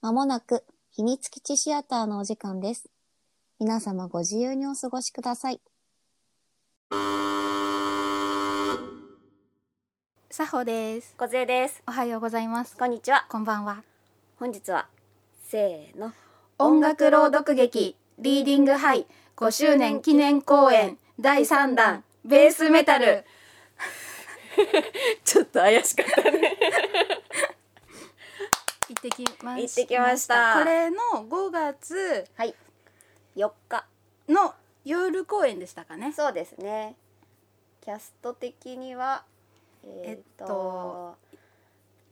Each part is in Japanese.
まもなく秘密基地シアターのお時間です。皆様ご自由にお過ごしください。さほです。小杖ですおはようございます。こんにちはこんばんは。本日はせーの音楽朗読劇リーディングハイ5周年記念公演第3弾ベースメタル。ちょっと怪しかったね行ってきま行ってきましたこれの5月はい4日の夜公演でしたかね。そうですねキャスト的にはええっっとと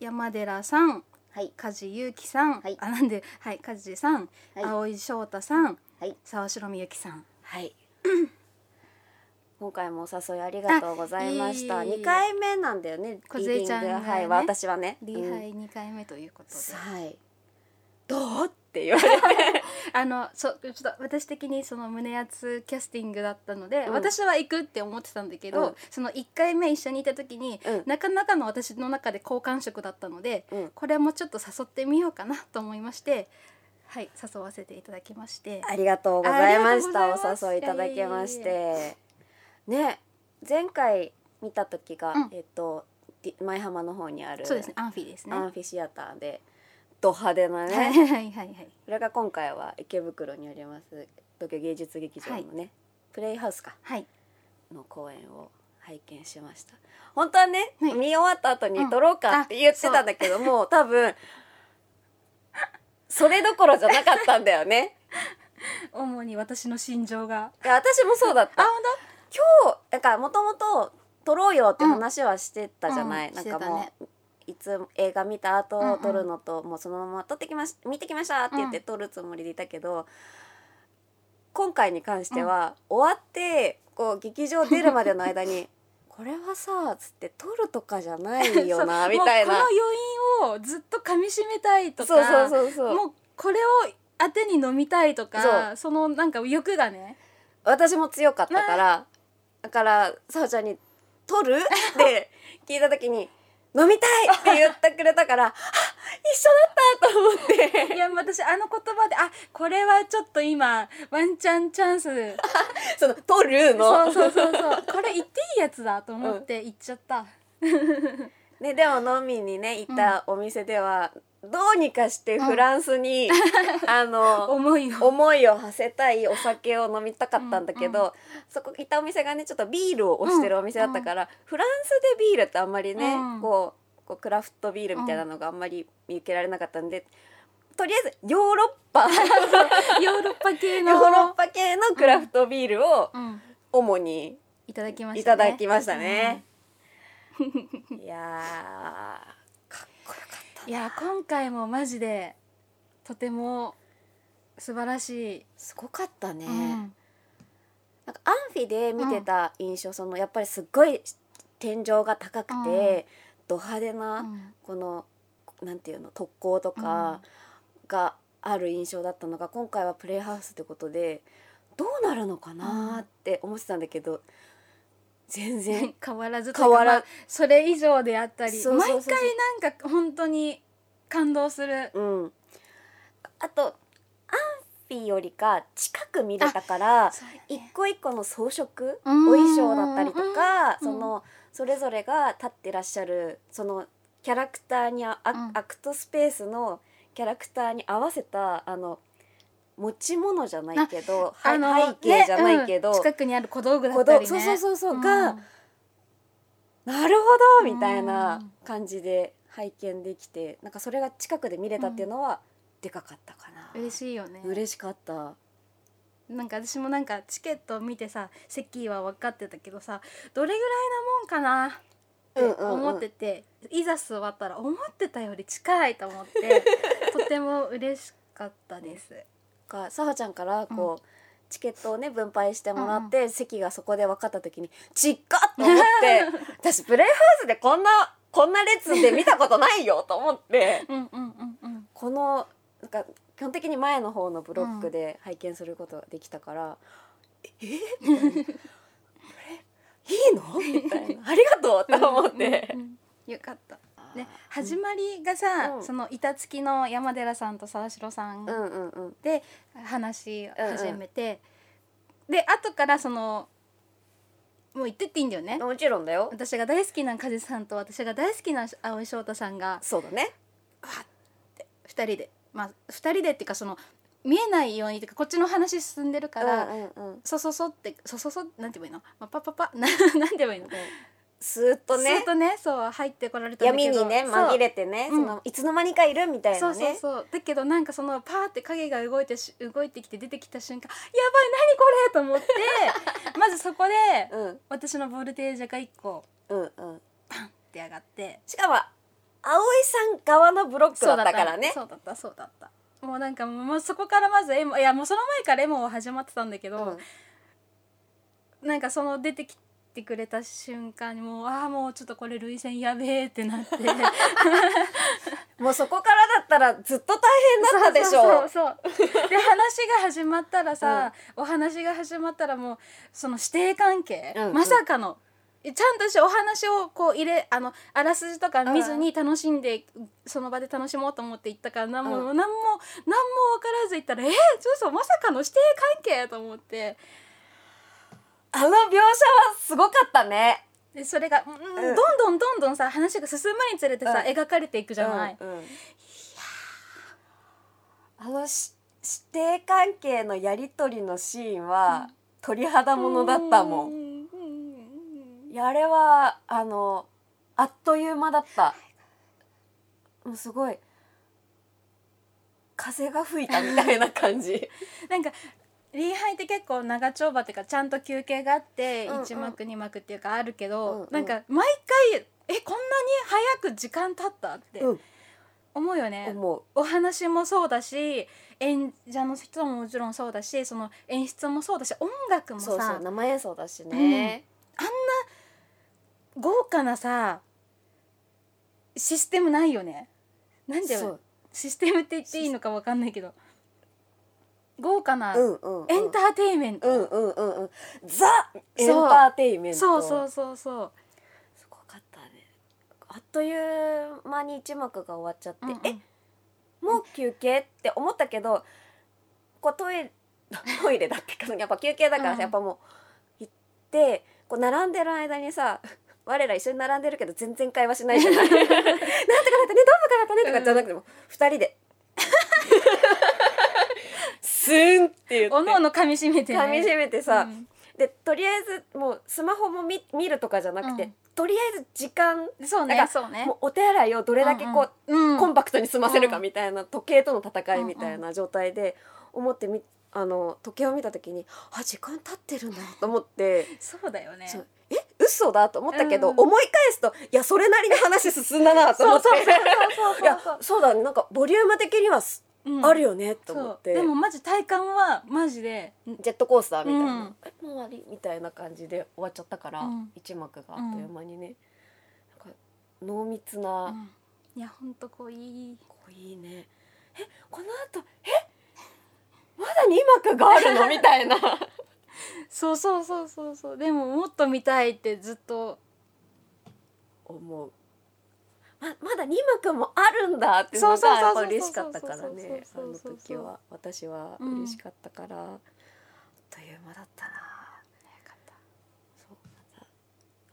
山寺さん、はい梶裕貴さん、はいあなんではい梶さん、はい蒼井翔太さん、はい沢城みゆきさん。はい 今回もお誘いありがとうございましたあいえいえ二回目なんだよね小杖ちゃんがねリーディングはいは私はねリハイ2回目ということで。うんはいどうって言われてあのそうちょっと私的にその胸熱キャスティングだったので、うん私は行くって思ってたんだけど、うんその1回目一緒にいた時に、うんなかなかの私の中で好感触だったのでうんこれもちょっと誘ってみようかなと思いましてはい誘わせていただきましてありがとうございましありがたとうございますお誘いいただきましいやいてね前回見た時が、うんえっとディ舞浜の方にあるそうですねアンフィですね。アンはフィシアターでド派手ないね、はいはいはいそれが今回は池袋にあります東京芸術劇場のね、プレイハウスかはいの公演を拝見しました本当はね、はい見終わった後にうん撮ろうかって言ってたんだけど、もう多分それどころじゃなかったんだよね主に私の心情がいや私もそうだったあ本今日なんかもともと撮ろうよって話はしてたじゃない、うんなうんんかもう、していつも映画見た後うんうん撮るのと、もうそのまま撮ってきまし見てきましたって言ってうん撮るつもりでいたけど、今回に関しては、終わってこう劇場出るまでの 間に「これはさ」つって撮るとかじゃないよなそうみたいもうなこ。の余韻をずっと噛み締めたいとそかうそうそうそうもうこれを当てに飲みたいとそかそのなんか欲がね私も強かったからだからさおちゃんに「取る?」って聞いた時に「飲みたい!」って言ってくれたから「あ一緒だった!」と思っていや私あの言葉であこれはちょっと今ワンチャンチャンスその「取るの」そうそうそう そうこれ言っていいやつだと思って言っちゃった、ね、でも飲みにね行ったお店では、どうにかしてフランスに、あの思いを思いを馳せたいお酒を飲みたかったんだけど、うんそこ行ったお店がねちょっとビールを推してるお店だったから、フランスでビールってあんまりね、うんこうこうクラフトビールみたいなのがあんまり見受けられなかったんで。とりあえずヨーロッパヨヨーロッパ系のーロッパ系のクラフトビールをうん、主にいただきましいたたねだきましたね。いやーかっこよかったいや今回もマジでとても素晴らしすごかったね、い、うんなんかアンフィで見てた印象、そのやっぱりすっごい天井が高くて、ド派手うなんこの、なんていうの特攻とかがある印象だったのが今回はプレイハウスってことでどうなるのかなーって思ってたんだけど、全然変わらず変わらまあそれ以上であったりそうそうそうそう毎回なんか本当に感動するうん。あとアンフィよりか近く見れたから一個一個の装飾おうん衣装だったりとかうんそのそれぞれが立ってらっしゃるそのキャラクターにああうんアクトスペースのキャラクターに合わせたあの持ち物じゃないけどは背景じゃないけど、ねうん近くにある小道具だ小った道りねそうそうそうそう、うがんなるほどみたいな感じで拝見できてなんかそれが近くで見れたっていうのはでかかったかな。嬉しいよね嬉しかったなんか私もなんかチケット見てさ席は分かってたけどさどれぐらいなもんかなって思ってて、いざ座ったら思ってたより近いと思って とても嬉しかったです。がさはちゃんからこう、チケットをね分配してもらって、席がそこで分かった時にちっかと思って 私プレイハウスでこんなこんな列で見たことないよと思ってうんうんうんうん、このなんか基本的に前の方のブロックで拝見することができたから、ええみたいなこれいいのみたいなありがとうと思ってうんうんよかった。あで始まりがさ、うんその板付きの山寺さんと沢城さんうんうんうんで話し始めて、で後からそのもう言ってっていいんだよね、もちろんだよ私が大好きな風さんと私が大好きな蒼井翔太さんがそうだね2人でまあ2人でっていうかその見えないようにっていうかこっちの話進んでるから、うんうんうんそそそってそそそなんて言えばいいの、まあ、パパパ ななんて言えばいいのスーッとスーねッとねそう入ってこられたんだけ闇どにねそう紛れてねうそんのいつの間にかいるみたいそうなそうねそうだけどなんかそのパーって影が動いてし動いてきて出てきた瞬間やばい何これと思って まずそこでうん私のボルテージが1個うんうんって上がってしかも葵さん側のブロックだったからねそうだったそうだったもうなんかもうそこからまずエモいやもうその前からエモは始まってたんだけど、なんかその出てきてくれた瞬間にもうああもうちょっとこれ涙腺やべえってなってうんもうそこからだったらずっと大変だったでしそょうそうそうそうで話が始まったらさ、お話が始まったらもうその師弟関係、うんうんまさかのえちゃんとしてお話をこう入れあのあらすじとか見ずに楽しんで、その場で楽しもうと思って行ったから何も、うん何も何も分からず行ったらえー、ちょっとまさかの師弟関係と思ってあの描写はすごかったねでそれが、うんうんどんどんどんどんさ話が進むにつれてさ、うん描かれていくじゃない。うんうんあのし師弟関係のやり取りのシーンは、鳥肌ものだったもんう。いやあれはあのあっという間だったもうすごい風が吹いたみたいな 感じなんか礼拝って結構長丁場っていうかちゃんと休憩があってうんうん1幕2幕っていうかあるけど、うんうんなんか毎回えこんなに早く時間経ったってうん思うよね。思うお話もそうだし演者の人ももちろんそうだしその演出もそうだし音楽もさそうそう生演奏だしね、豪華なさシステムないよね。なんでそうシステムって言っていいのかわかんないけど豪華なうんうん、うん、エンターテインメント、うんうんうんうんザエンターテイメントそうそうすそうそうごかったねあっという間に一幕が終わっちゃっうて、んうんえもう休憩って思ったけどこうトイレトイレだってかやっぱ休憩だからうんさやっぱもう行ってこう並んでる間にさ我ら一緒に並んでるけど全然会話しない じゃないなんとかなったねどうとかなったねとかじゃなくても二人でスンって言っておのおの噛み締めてね噛み締めてさ、うんでとりあえずもうスマホも見見るとかじゃなくて、うんとりあえず時間そうなねんかそうねもうお手洗いをどれだけこうう、んうんコンパクトに済ませるかうんみたいな時計との戦いみたいな状態で思ってみあの時計を見た時にあ時間経ってるんだと思ってそうだよねそうえ嘘だと思ったけど、うん思い返すといやそれなりに話進んだなと思って いやそうだねなんかボリューム的にはす、うんあるよねと思っそうてでもマジ体感はマジでジェットコースターみたいな、うんえもう終わりみたいな感じで終わっちゃったから、うん一幕があっという間にね、なんか濃密な、うんいやほんとこういいこういいねえこの後えまだ2幕があるのみたいなそうそうそうそうそうでももっと見たいってずっと思う ままだ2幕もあるんだっていうのそうそうがそうやっぱ嬉しかったからねあそうそうのそうそう時は私はうん嬉しかったから、あっという間だったなそうまた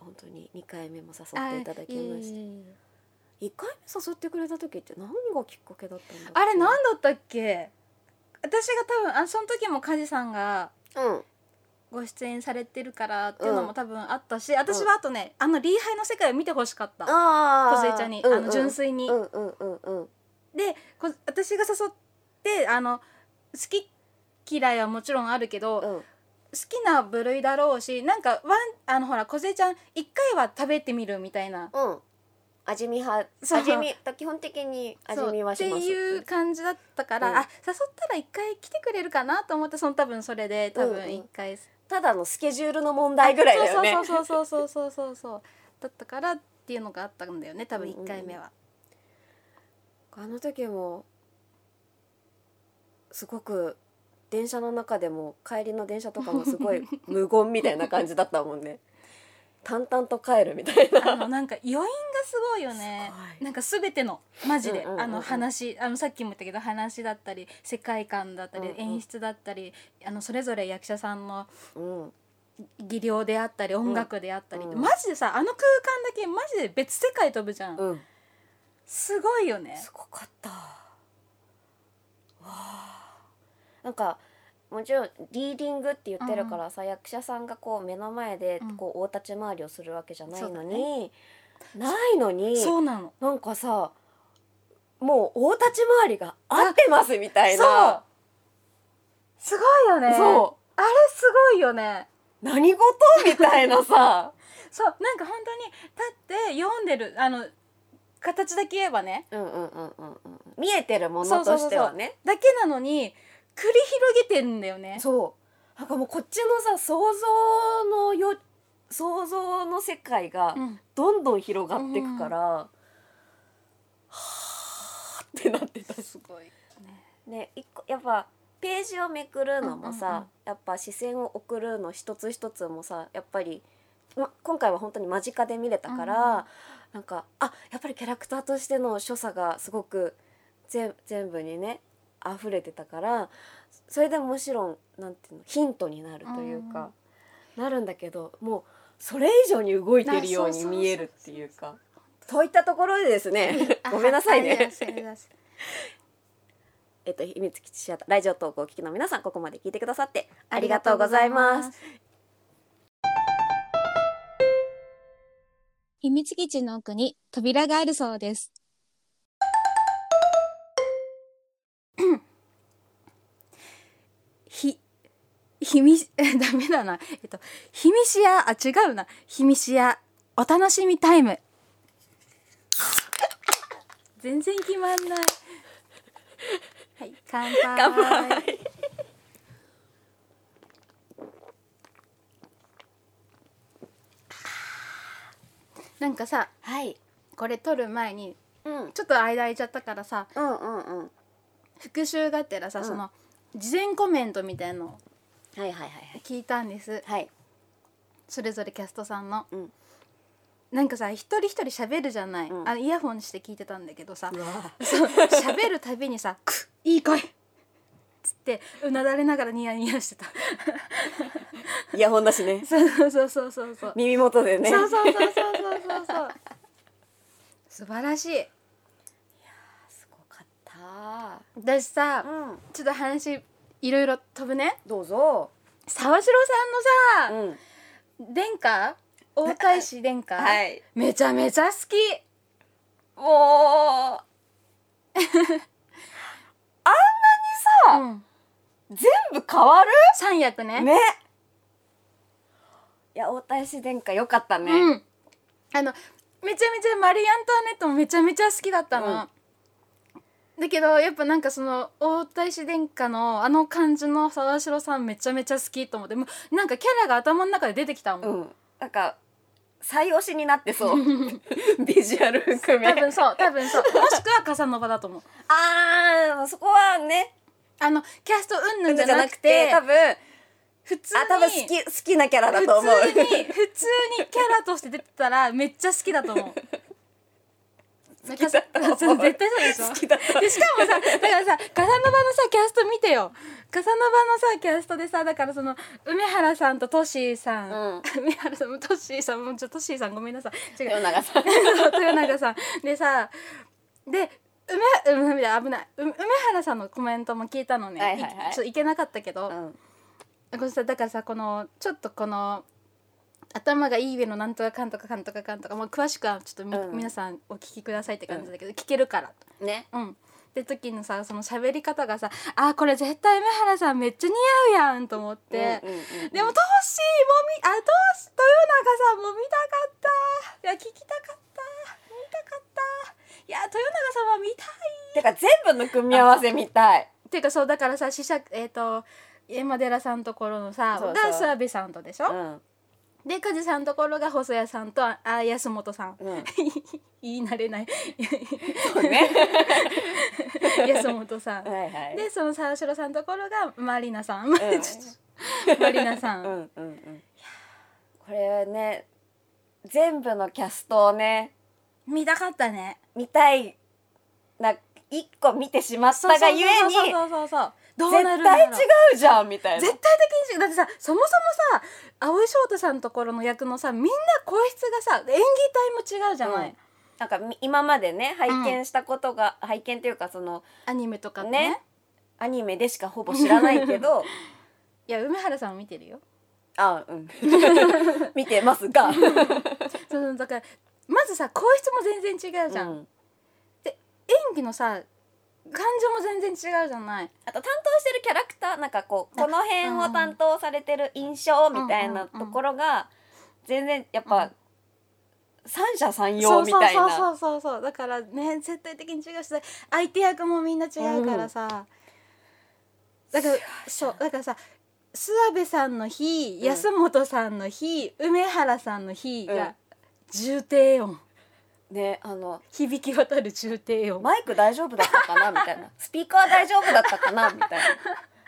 本当に2回目も誘っていただきましたた一回目誘ってくれた時って何がきっかけだったんだっけあれ何だったっけ私が多分あその時も梶さんがうんご出演されてるからっていうのうもん多分あったし、私はあとねあのリーハイの世界を見てほしかった小ああ杉ちゃんに、あの純粋に、うんうんうんうんでこ私が誘ってあの好き嫌いはもちろんあるけど、好うんきな部類だろうしなんかワンあのほら小杉ちゃん一回は食べてみるみたいなうん味見派そう味見基本的に味見はしそうまっすていう感じだったから、うんあ誘ったら一回来てくれるかなと思ってその多分それで多うんう分ん一回、ただのスケジュールの問題ぐらいだよねそうそうそうそうそうそうそうそうだったからっていうのがあったんだよね多分一回目は。あの時もすごく電車の中でも帰りの電車とかもすごい無言みたいな感じだったもんね淡々と帰るみたいなあのなんか余韻がすごいよねすごいなんか全てのマジで、うんうんうんうんあの話あのさっきも言ったけど話だったり世界観だったり、うんうん演出だったりあのそれぞれ役者さんのうん技量であったり音楽であったり、うんマジでさあの空間だけマジで別世界飛ぶじゃん、うんすごいよねすごかったわあなんかもちろんリーディングって言ってるからさ、役者さんがこう目の前でうんこう大立ち回りをするわけじゃないのそうだに、ないのにそうなのなんかさもう大立ち回りが合ってますみたいなすごいよねそあれすごいよね何事みたいな さそうなんか本当に立って読んでるあの形だけ言えばねうんうんうんうんうん見えてるものとしてはねだけなのに繰り広げてんだよねそうなんかもうこっちのさ想像のよ想像の世界がうんどんどん広がっていくから、はーってなってたすごいねね一個やっぱページをめくるのもさ、うんうんうんやっぱ視線を送るの一つ一つもさやっぱり、ま、今回は本当に間近で見れたから、うんうんなんかあやっぱりキャラクターとしての所作がすごく全全部にね溢れてたからそれでもちろんなんていうのヒントになるというか、なるんだけどもうそれ以上に動いてるように見えるっていうかそういったところでですねごめんなさいあねや。すいませんえっと、秘密基地シアター、ラジオ投稿をお聞きの皆さん、ここまで聞いてくださって、ありがとうございます。秘密基地の奥に扉があるそうです。ひひみダメだなえっとひみしやあ違うなひみしやお楽しみタイム全然決まんないはい乾杯乾杯なんかさはい。これ撮る前にうん。うんちょっと間空いちゃったからさうんうん。は復習がてらさ、うんその事前コメントみたいのをいはいはいはい。聞いたんですはい。それぞれキャストさんの、うんなんかさ一人一人喋るじゃない、うんあのイヤホンして聞いてたんだけどさうわそう 喋るたびにさ「 くいい声!」つってうなだれながらニヤニヤしてた イヤホンだしね。そう そうそうそうそうそう、耳元でね。そうそうそうそうそうそうそう素晴らしいすごかった。私さうん。ちょっと話いろいろ飛ぶねどうぞ。沢城さんのさ、ん。殿下大太子殿下、はい。めちゃめちゃ好きもう。あんうん全部変わる。三役ねね。いや、大太子殿下良かったね。うんあのめちゃめちゃマリー・アントワネットもめちゃめちゃ好きだったの、だけどやっぱなんかその大太子殿下のあの感じの沢城さんめちゃめちゃ好きと思ってもうなんかキャラが頭の中で出てきたもん、うん、なんか最推しになってそう ビジュアル含め多分そう多分そうもしくは笠の場だと思うああそこはねあのキャスト云々じじゃゃななくくてて多分普通にあ多分好き好きなキャラだと思う普通に普通にキャラとして出てたらめっちゃ好きだと思う好きだと思う絶対そうでしょ好きだとでしかもさだからさカサノバのさキャスト見てよカサノバのさキャストでさだからその梅原さんとトシーさん、うん梅原さんもトシーさんもちょトシーさんごめんなさい違う世 永さん豊永さんでさで梅うん危ない危ない梅梅原さんのコメントも聞いたのね、はいはいはちょいっといけなかったけど、うんこのさだからさこのちょっとこの頭がいい上のなんとかかんとかかんとかかんとか、まあ、詳しくはちょっとみ、うん皆さんお聞きくださいって感じだけど、聞けるからねうんって時のさその喋り方がさあーこれ絶対梅原さんめっちゃ似合うやんと思って、うんうんうんうんでもトッシーもみあトッシ豊永さんも見たかったいや聞きたかった見たかったいや豊永さんは見たいてか全部の組み合わせみたいっていうかそうだからさ試写えっ、と山寺さんところのさそうそうが諏訪部さんとでしょ、うんで梶さんところが細谷さんとああ安本さん うん言い慣れない そうね安本さんはいはいでその沢城さんところがマリナさん、んちょっとマリナさん、うんうんうんこれね全部のキャストをね見たかったね見たいな一個見てしまったがゆえにそうそうそうそうそうどう絶なるん対だ違ろううじゃんみたいな絶対的に違うだってさそもそもさ蒼井翔太さんのところの役のさみんな声質がさ演技体も違うじゃない、うんなんかみ今までね拝見したことが、拝見というかそのアニメとかねねアニメでしかほぼ知らないけどいや梅原さんも見てるよ あうん 見てますが、そのだからまずさ声質も全然違うじゃん、う演ん技のさ感情も全然違うじゃないあと担当してるキャラクターなんかこうこの辺を担当されてる印象みたいなところが全然やっうんぱ三者三そ様うみそうたいそうなそうそうそうだからね絶対的に違うし相手役もみんな違うからさ、だからそうだからさ諏訪部さんの日、ん安本さんの日梅原さんの日うんが重低音ねあの響き渡る重低音マイク大丈夫だった かなみたいなスピーカー大丈夫だったかなみたい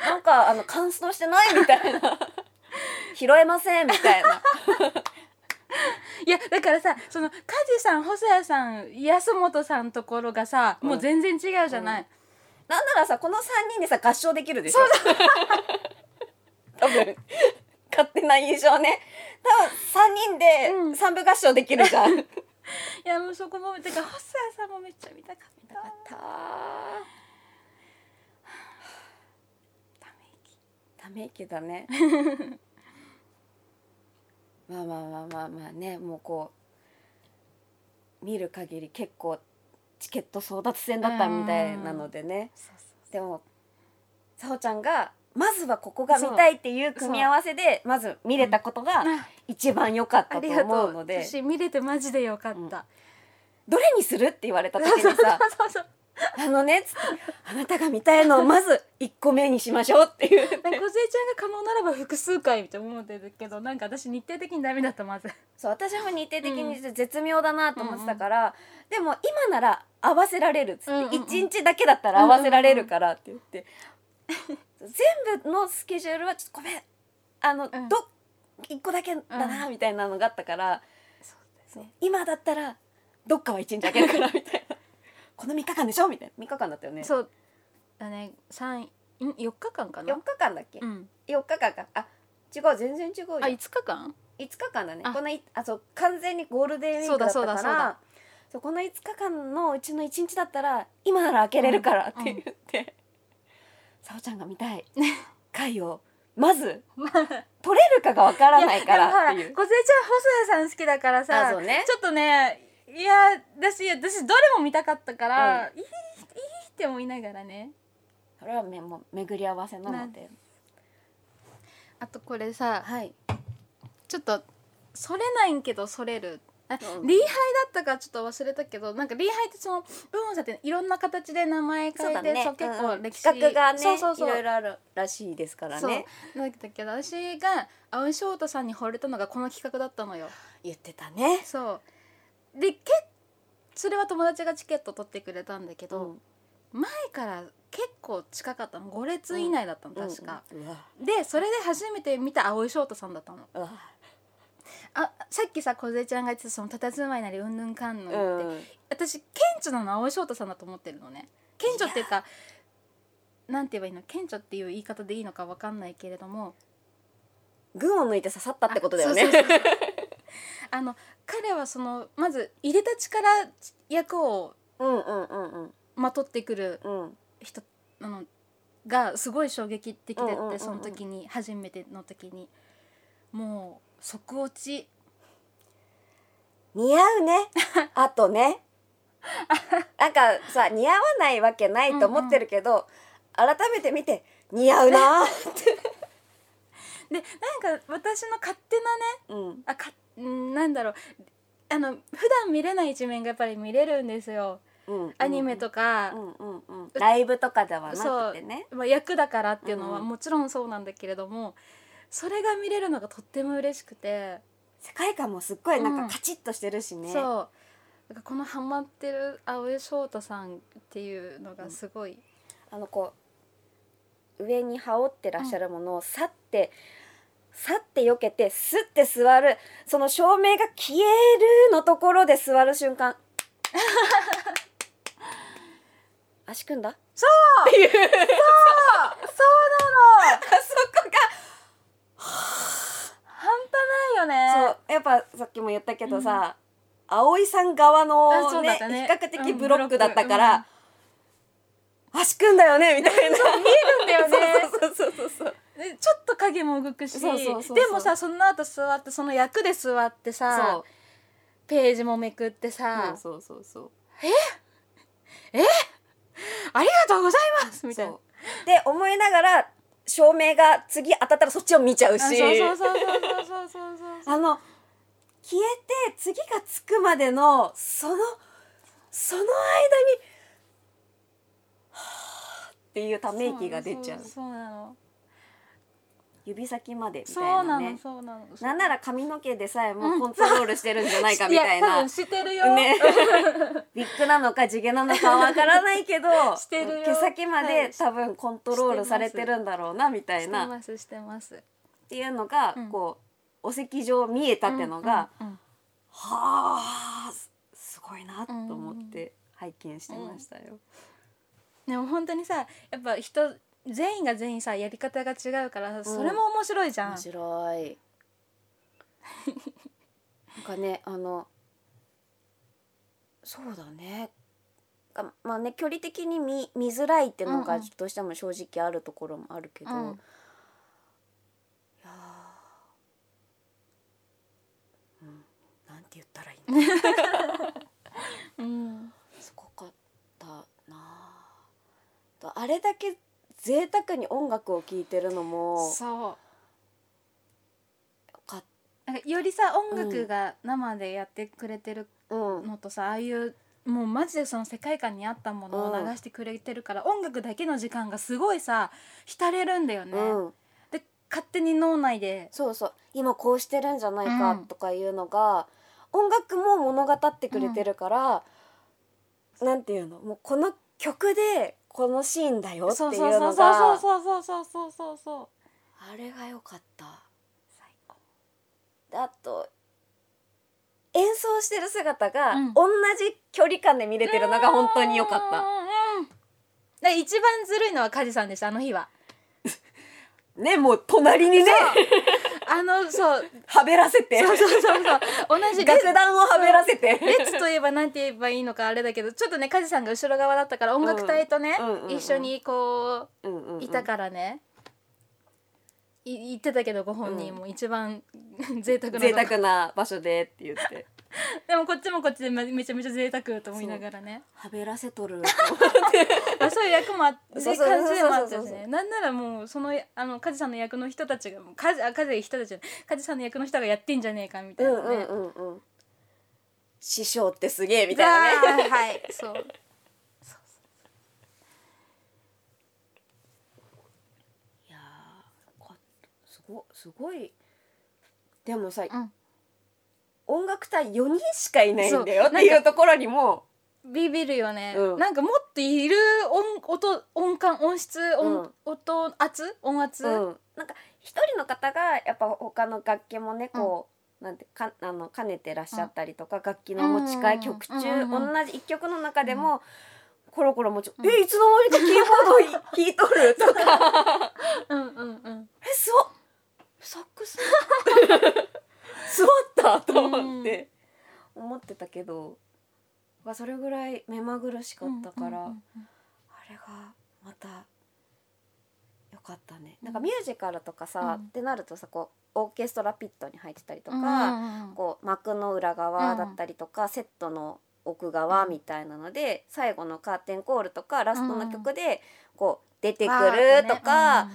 ななんかあの乾燥してないみたいな拾えませんみたいないやだからさその梶さん細谷さん安本さんところがさ、もう全然違うじゃない、なんならさこの3人でさ合唱できるでしょ多分勝手な印象ね多分3う人んで三部合唱できるじゃん、いやもうそこもてか細谷さんもめっちゃ見たかったよかったため息ため息 だねまあまあまあまあまあねもうこう見る限り結構チケット争奪戦だったみたいなのでねそうそうでもさおちゃんがまずはここが見たいっていう組み合わせでまず見れたことがうん一番良かったあとりが思とうのう。で私見れてマジでよかった。うんどれにするって言われた時にそうさそうそう。 「あのね」つって「あなたが見たいのをまず1個目にしましょう」っていう なんか小ちゃんが可能ならば複数回って思ってるけど、なんか私日程的にダメだったまず。そう私も日程的に絶妙だなと思ってたから、でも今なら合わせられるっつって、うんうんうん1日だけだったら合わせられるからって言って、全部のスケジュールはちょっとごめんあの、うんど1個だけだなみたいなのがあったから、そう今だったらどっかは1日だけだからみ たいなこの3日間でしょみたいな3日間だったよねそうだね、三ん四日間か4な。日間だっけ、うん。 4日間かあ違う全然違うよあ五日間？ 5日間だねあこのいあそう完全にゴールデンウィークだったそうかだそうだそうらだそうこの5日間のうちの1日だったら今なら開けれるからってうん言って「さ、お、ちゃんが見たい回をまず取れるかがわからないかやでもほら」らっ小てちゃいんう。細谷さん好きだからあさ、そうねちょっとね、いや私私どれも見たかったから、いいいいって思いながらね。それはめもう巡り合わせなので、あとこれさ、はい、ちょっとそれないんけどそれる。あうん礼拝だったかちょっと忘れたけどなんか礼拝ってその文音社っていろんな形で名前そ変うえだて、ねそう結うん構うん歴史、企画がねそうそうそういろいろあるらしいですからねそうなんだけど私が青井翔太さんに惚れたのがこの企画だったのよ言ってたね。そうでけそれは友達がチケット取ってくれたんだけど、前から結構近かったの5列以内だったの、確か、うんうわでそれで初めて見た青井翔太さんだったのうわあさっきさ梢ちゃんが言ってたその佇まいなりうんぬんかんぬんって、うん私顕著なのは青井翔太さんだと思ってるのね顕著っていうかなんて言えばいいの顕著っていう言い方でいいのかわかんないけれども群を抜いて刺さったってことだよあそうそうね。そうあの彼はそのまず入れた力役を うんうんうんまとってくるうんうん。人あのがすごい衝撃的だって、うんうんうんうんその時に初めての時にもう即落ち似合うね あとねなんかさ似合わないわけないと思ってるけど、改めて見て似合 うな、でなんか私の勝手なねうん、あかんなんだろうあの普段見れない一面がやっぱり見れるんですようんアニメとかう、んうんうんライブとかではなくてねまあ、役だからっていうのはうんもちろんそうなんだけれども、それが見れるのがとっても嬉しくて、世界観もすっごいなんうんかカチッとしてるしね、そうだからこのハマってる青江翔太さんっていうのがすごい、あのこう上に羽織ってらっしゃるものをさって、さって避 けてすって座るその照明が消えるのところで座る瞬間足組んだそうなのあ そこ半端ないよねがそうやっぱさっきも言ったけどさ、葵さん側あそのうだねったね比較的ブロックだったかうんら、足組んだよねみたいな見えるんだよね そうそうそうそうそう でちょっと影も動くしそうそうそうそうでもさその後座ってその役で座ってそさうページもめくってさ、そうそうそうありがとうございますみたいなそうで思いながら照明が次当たったらそっちを見ちゃうしあそうそうそうそうそうそうそうそうあの消えて次がつくまでのそのその間にはぁっていうため息が出ちゃうそうそうなの指先までみそたういななねのそうなのそうなんなら髪の毛でさえうもんコントロールしてるんじゃないかみ たいや多な、分してるよ、 ねビッグなのか地毛なのかわからないけど してるよ毛先まはでい多分コントロールされてるんだろうなみたしいてなっますしてますていうのが、うんこうお席上見えたってのが、うんうんうんはあすすごいなと思って拝見してましたよ。でも本当にさやっぱ人全員が全員さやり方が違うからそれも面白いじゃん、面 白いなんかねあのそうだねあまあね距離的に見見づらいってのうがんうんどうしても正直あるところもあるけど、うんいやーうんなんて言ったらいいのうんすごかったなあとあれだけ贅沢に音楽を聴いてるのもそうよかっなんかよりさ音楽が生でやってくれてるうんのとさ、ああいうもうマジでその世界観に合ったものを流してくれてるから、音楽だけの時間がすごいさ浸れるんだよね、うんで勝手に脳内でそうそう今こうしてるんじゃないうんかとかいうのが、音楽も物語ってくれてるから、なんていうのもうこの曲でこのシーンだよっていそううそうそのうそうがそうそうそうそうそうそうあれが良かった。最高であと演奏してる姿がうん同じ距離感で見れてるのが本当に良かっうんた。うんで一番ずるいのは梶さんでしたあの日はねもう隣にねあのそうはべらせてそうそうそうそう同じ楽団をはべらせて。列といえばなんて言えばいいのかあれだけどちょっとね梶さんが後ろ側だったから音楽隊とね、うんうんうんうん一緒にこうんうんうんういたからね、い言ってたけどご本人も一番贅沢な贅とこ沢な場所でって 言って。でもこっちもこっちでめめちゃめちゃ贅沢と思いながらねはべらせとる。まあそういう役もあってそ感うそじうでもあったそうしそうそうそねなんならもうそのあの梶さんの役の人たちがもう梶あ梶人たちじゃない梶さんの役の人がやってんじゃねえかみたいなね、うんうんうんうん、師匠ってすげえみみたいなねなねはいそうそうそういやーかすごすごいでもさ、ん音楽隊4人しかいないんだよっていうところにもビビるよね、うんなんかもっといる音音音感音質音、うん音圧音圧、うん、なんか一人の方がやっぱ他の楽器もねこう、なんてかあの兼ねてらっしゃったりとか、楽器の持ち替え、うん曲中、うんうん同じ一曲の中でも、コロコロ持ち、うんえいつの間にかキーボードを 弾いとるとか うんうんうんえすごっサック ス座ったと思って、思ってたけどまあそれぐらい目まぐるしかったうから、んうんうんあれがまたよかったね。なんかミュージカルとかさ、うんってなるとさこうオーケストラピットに入ってたりとか、うんうんうんこう幕の裏側だったりとか、セットの奥側みたいなので最後のカーテンコールとかラストの曲でこう出てくるとか。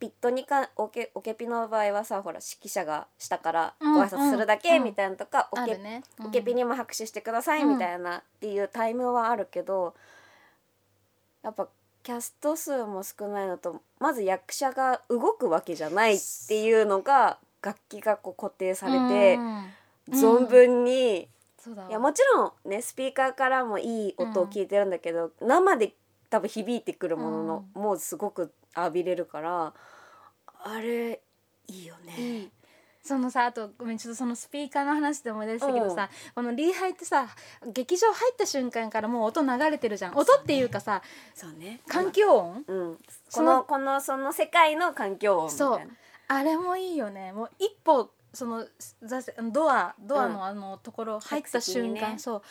ピットにかオケオケピの場合はさほら指揮者がしたからうんご挨拶するだけうんみたいなとか、うんうんオあケるね、オケピにも拍手してくださいみたいなっていうタイムはあるけど、やっぱキャスト数も少ないのとまず役者が動くわけじゃないっていうのが楽器がこう固定されてうん、うん存分にそうだわいやもちろんねスピーカーからもいい音を聞いてるんだけど、生で多分響いてくるものの、もうすごく浴びれるからあれいいよね。いいそのさあとごめんちょっとそのスピーカーの話で思い出したけどさ、このリーハイってさ劇場入った瞬間からもう音流れてるじゃん音っていうかさそうね環境音うんそこののこのその世界の環境音みたいなそうあれもいいよねもう一歩その座席ドアドアうんのあのところ入っ客た席に瞬ね間、そう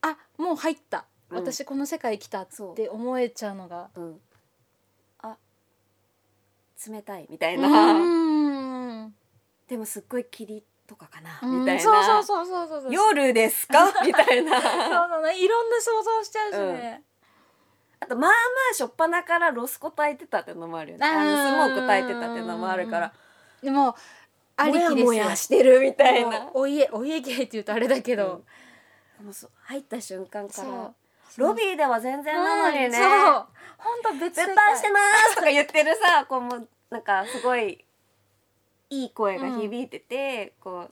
あもう入った、うん私この世界来たっそうて思えちゃうのがうん、あ冷たいみたういな、ーんでもすっごい霧とかかな、うんみたいなそうそうそうそうそうそうそう夜ですかみたい なそういろんな想像しちゃうしね、あとまあまあ初っ端からロスコ炊いてたってのもあるよねあーあのスモーク炊いてたってのもあるからでもありきですよもやもやしてるみたいなもうお家お家芸って言うとあれだけど、もうそう入った瞬間かそうらロビーでは全然なのにね、うんそう本当別世絶界対してますとか言ってるさこうもうなんかすごいいい声が響いてて、こ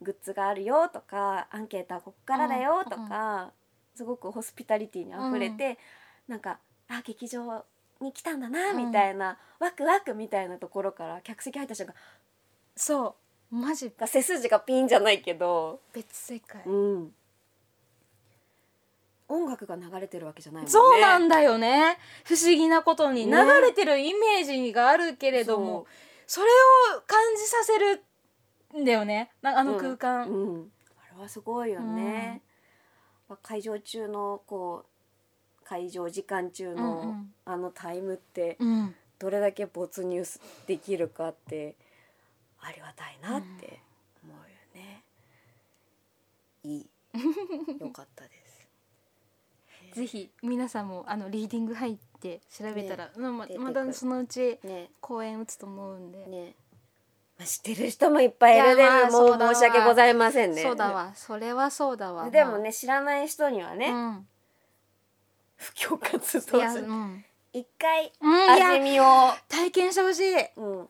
うグッズがあるよとかアンケートはここからだよとか、すごくホスピタリティにあふれて、なんかあ劇場に来たんだなうんみたいな、ワクワクみたいなところから客席入った瞬間そうマジが背筋がピンじゃないけど、別世界、うん、音楽が流れてるわけじゃないもんね。そうなだんだよね不思議なことに流ねれてるイメージがあるけれども、それを感じさせるんだよねなあの空間、うん、あれはすごいよね、まあ会場中のこう会場時間中の、うんうんあのタイムってうんどれだけ没入できるかってありがたいなって思うよね、いいよかったで すぜひ皆さんもあのリーディング入って調べたら、うんま出てくまたそのうちね公演打つと思うんで、ね、まあ、知ってる人もいっぱいいるでいやまあもそううだわ申し訳ございませんねそうだわそれはそうだわでもね知らない人にはね、まあ布教活うん、動いやうするん、一回うん、い味や見を体験してほしいうん、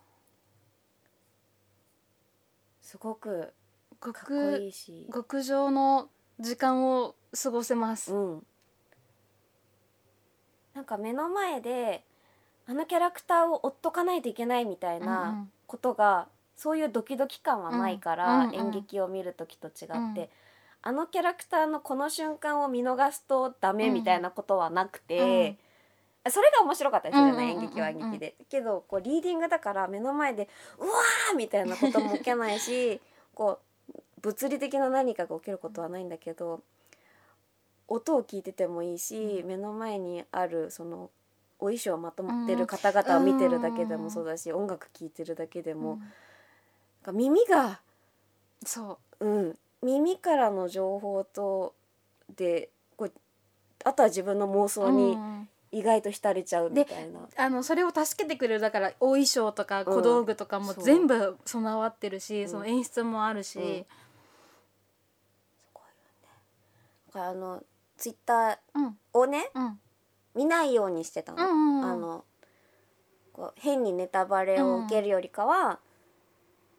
すごくかっこい極いし、極上の時間を過ごせます、うん、なんか目の前であのキャラクターを追っとかないといけないみたいうんうなんことが、そういうドキドキ感はないから、うんうんうん演劇を見る時と違って、うんあのキャラクターのこの瞬間を見逃すとダメみたいなことはなくて。うんそれが面白かったですよね、うんうんうんうん演劇は演劇で。けどこうリーディングだから目の前で「うわー!」みたいなことも起きないし こう物理的な何かが起きることはないんだけど音を聞いててもいいし、目の前にあるそのお衣装をまとまってる方々を見てるだけでもそうだし、音楽聴いてるだけでも、うんなんか耳が、そううん、耳からの情報とでこうあとは自分の妄想にうん意外と浸れちゃうみたいな。あのそれを助けてくれるだからお衣装とか小道具とかもそう全部備わってるし、んその演出もあるし、うんすごいよね。だからあのツイッタうんうんーをねうん見ないようにしてたうの。んうんあのこう変にネタバレを受けるよりかは、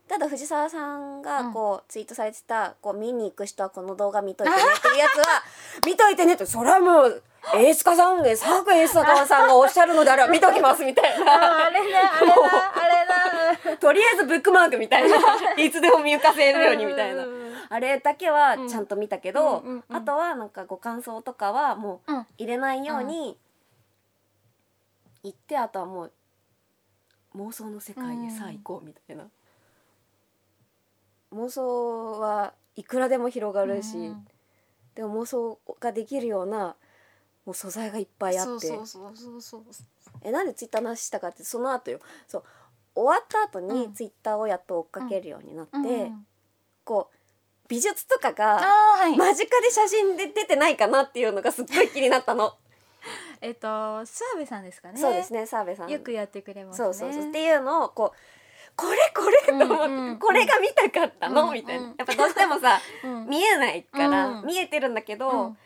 ただ藤沢さんがこうツイートされてたこう見に行く人はこの動画見とい てねっていうやつは見といてねってそれはもう演出家さんで作演出家さんがおっしゃるのであれば見ときますみたいあ なあれねあれだ あれだとりあえずブックマークみた いないつでも見浮かせるようにみたいなうんうんうんあれだけはちゃんと見たけうんうんうど、んうんあとはなんかご感想とかはもううん入れないように行って、あとはもう妄想の世界へさあ行こうみたいな、妄想はいくらでも広がるし、うんでも妄想ができるようなもう素材がいっぱいあってそうそうそうそうそうえなんでツイッターの話したかってその後よそう終わった後うにんツイッターをやっと追っかけるようになって、うんうんこう美術とかあーがはい、間近で写真で出てないかなっていうのがすっごい気になったの。えっと諏訪部さんですかね そうですね澤部さんよくやってくれますねそうそうそうっていうのをこうこれこれと思って、うんうんこれが見たかったの、うんみたいなうんやっぱどうしてもさうん見えないから、うん見えてるんだけど、うん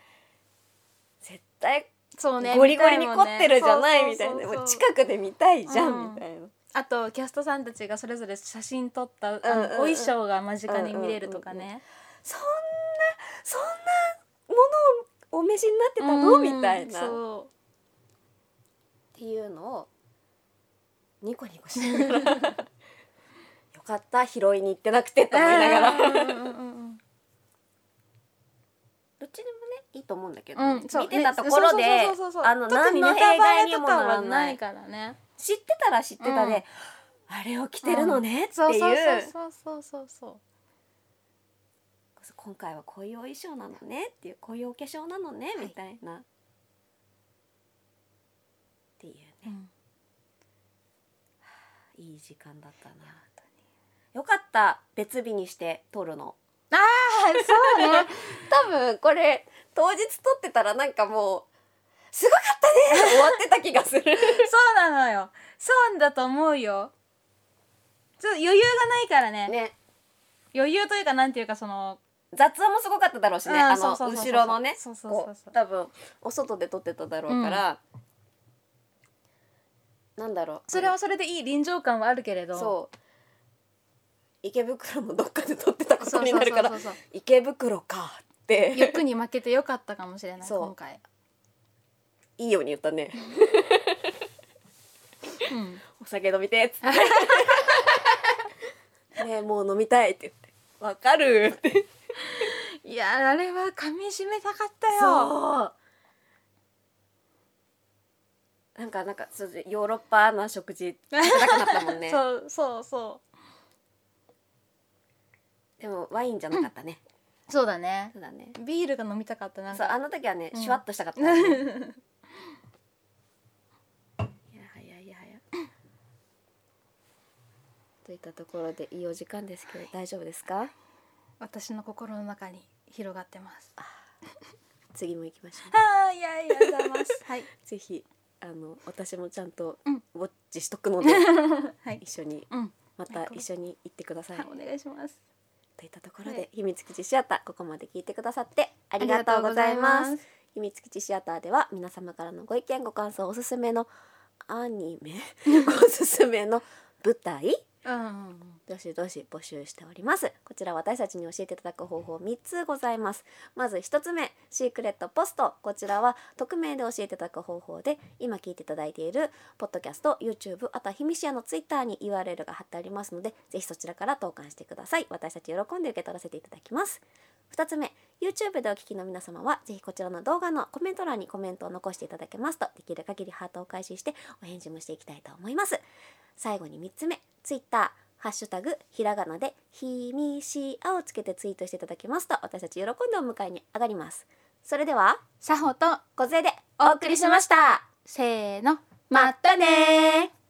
絶対そうねゴリゴリに凝ってるじゃないみ見たいもんねなもそううそうそう近くで見たいじゃん、うんみたいなあとキャストさんたちがそれぞれ写真撮ったあのうんうんうんお衣装が間近に見れるとかねそんなそんなものをお召しになってたの、うんみたいなっそ ていうのをニコニコしながらよかった拾いに行ってなくてと思いなが ら、どっちでもねいいと思うんだけど、 うんそう見てたところで、ねそうそうそうそうそうあの特何にのネ弊タバ害レにともかならはなないいからね知ってたら知ってたで、うんあれを着てるのねっていそうう,、そうそうそうそうそう今回はこういうお衣装なのねっていうこういうお化粧なのねみたいな、っていうねうんいい時間だったなよかった別日にして撮るのあそう ね多分これ当日撮ってたらなんかもうすごかったね終わってた気がするそうなのよそうだと思うよちょっと余裕がないからね ね余裕というかなんていうかその雑音もすごかっただろうしね、うんあそのうそうそうそう後ろのねそうそうそうそうこう多分お外で撮ってただろうから、なんだろうそれはそれでいい臨場感はあるけれどそう池袋のどっかで撮ってたことそうにそうなるそかうらそうそう池袋かって欲に負けてよかったかもしれないそう今回、いいように言ったねうん、お酒飲みてっつ ってねえもう飲みたいって言ってわかるっていやあれは噛み締めたかったよそうなんかなんかそうヨーロッパな食事食べたくなったもんね そうそうそうでもワインじゃなかったね、そうだねそうだねビールが飲みたかったなんそうかあの時はね、うんシュワッとしたかったからね、 いやはやいやはやといったところでいいお時間ですけど大丈夫ですか私の心の中に広がってます次も行きましょうはーいやいやありがとうございます はいぜひあの私もちゃんとうんウォッチしとく ので、はい一緒にうんまた一緒に行ってくださいはいお願いしますといったところはでい秘密基地シアターここまで聞いてくださってありがとうござあいりがとうござまいすま秘密基地シアターでは皆様からのご意見ご感想おすすめのアニメおすすめの舞台うんうんうんどしどし募集しておりますこちら私たちに教えていただく方法3つございますまず1つ目シークレットポストこちらは匿名で教えていただく方法で今聞いていただいているポッドキャスト YouTube あとはひみしやの Twitter に URL が貼ってありますのでぜひそちらから投函してください私たち喜んで受け取らせていただきます2つ目 YouTube でお聞きの皆様はぜひこちらの動画のコメント欄にコメントを残していただけますとできる限りハートを開始してお返事もしていきたいと思います最後に3つ目 Twitter ハッシュタグひらがなでひみしあをつけてツイートしていただけますと私たち喜んでお迎えに上がりますそれではさほと小杖でお送りしましたせーのまったねー